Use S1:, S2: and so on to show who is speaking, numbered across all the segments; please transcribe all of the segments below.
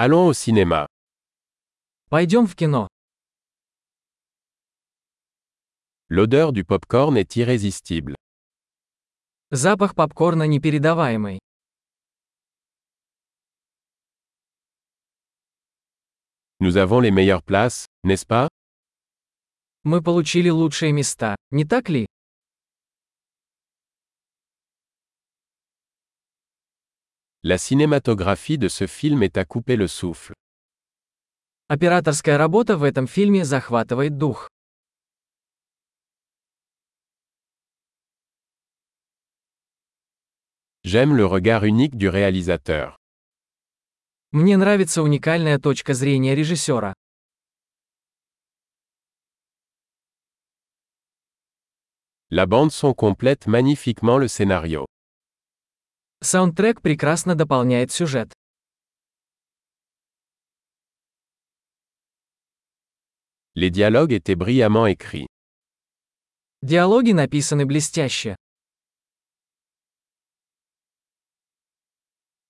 S1: Allons au cinéma.
S2: Пойдем в кино.
S1: L'odeur du pop-corn est irrésistible.
S2: Запах попкорна непередаваемый.
S1: Nous avons les meilleures places, n'est-ce pas
S2: Мы получили лучшие места, не так ли?
S1: La cinématographie de ce film est à couper le souffle.
S2: Операторская работа в этом фильме захватывает дух.
S1: J'aime le regard unique du réalisateur.
S2: Мне нравится уникальная точка зрения режиссера.
S1: La bande-son complète magnifiquement le scénario.
S2: Саундтрек прекрасно дополняет сюжет.
S1: Les dialogues étaient brillamment écrits.
S2: Диалоги написаны блестяще.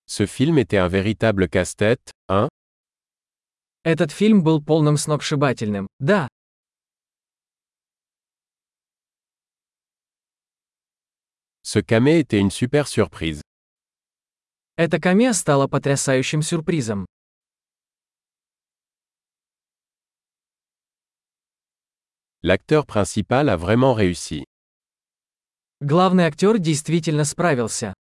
S1: Ce film était un véritable casse-tête, hein
S2: Этот фильм был полным сногсшибательным. Да,
S1: Ce camé était une super surprise.
S2: эта камея стала потрясающим сюрпризом.
S1: L'acteur principal a vraiment réussi.
S2: Главный актер действительно справился.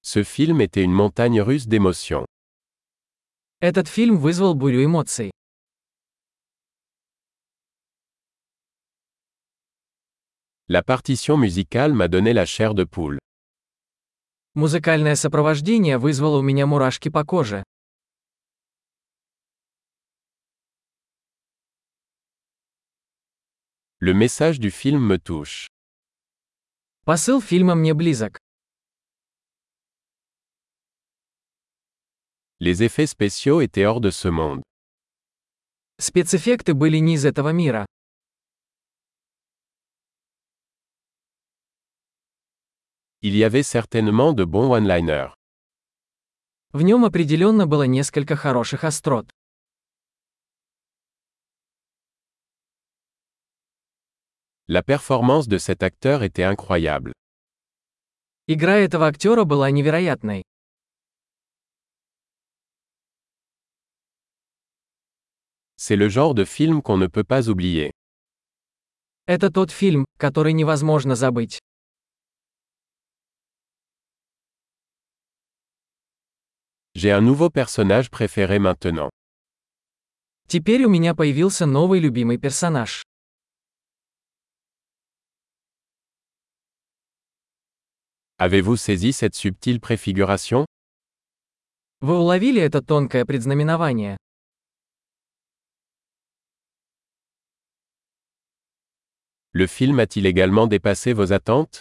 S1: Ce film était une montagne russe d'émotions.
S2: Этот фильм вызвал бурю эмоций.
S1: La partition musicale m'a donné la chair de poule.
S2: Музыкальное сопровождение вызвало у меня мурашки по коже.
S1: Le message du film me touche.
S2: Посыл фильма мне близок.
S1: Les effets spéciaux étaient hors de ce monde.
S2: Спецэффекты были не из этого мира.
S1: Il y avait certainement de bons one-liners.
S2: В нем определенно было несколько хороших острот.
S1: La performance de cet acteur était incroyable.
S2: Игра этого актера была невероятной.
S1: C'est le genre de film qu'on ne peut pas oublier.
S2: Это тот фильм, который невозможно забыть.
S1: J'ai un nouveau personnage préféré maintenant.
S2: Теперь у меня появился новый любимый персонаж.
S1: Avez-vous saisi cette subtile préfiguration
S2: Вы уловили это тонкое предзнаменование.
S1: Le film a-t-il également dépassé vos attentes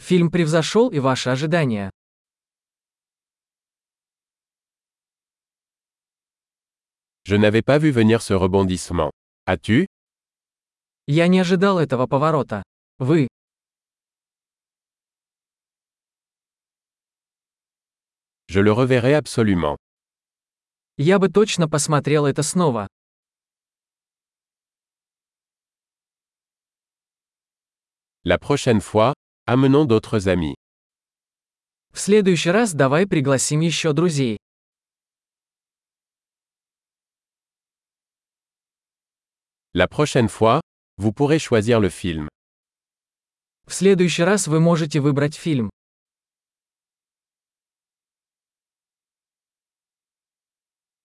S2: Фильм превзошел и ваши ожидания.
S1: Je n'avais pas vu venir ce rebondissement. As-tu
S2: Я не ожидал этого поворота. Вы.
S1: Je le reverrai absolument.
S2: Я бы точно посмотрел это снова.
S1: La prochaine fois, amenons d'autres amis.
S2: В следующий раз давай пригласим еще друзей.
S1: La prochaine fois, vous pourrez choisir le film.
S2: В следующий раз вы можете выбрать фильм.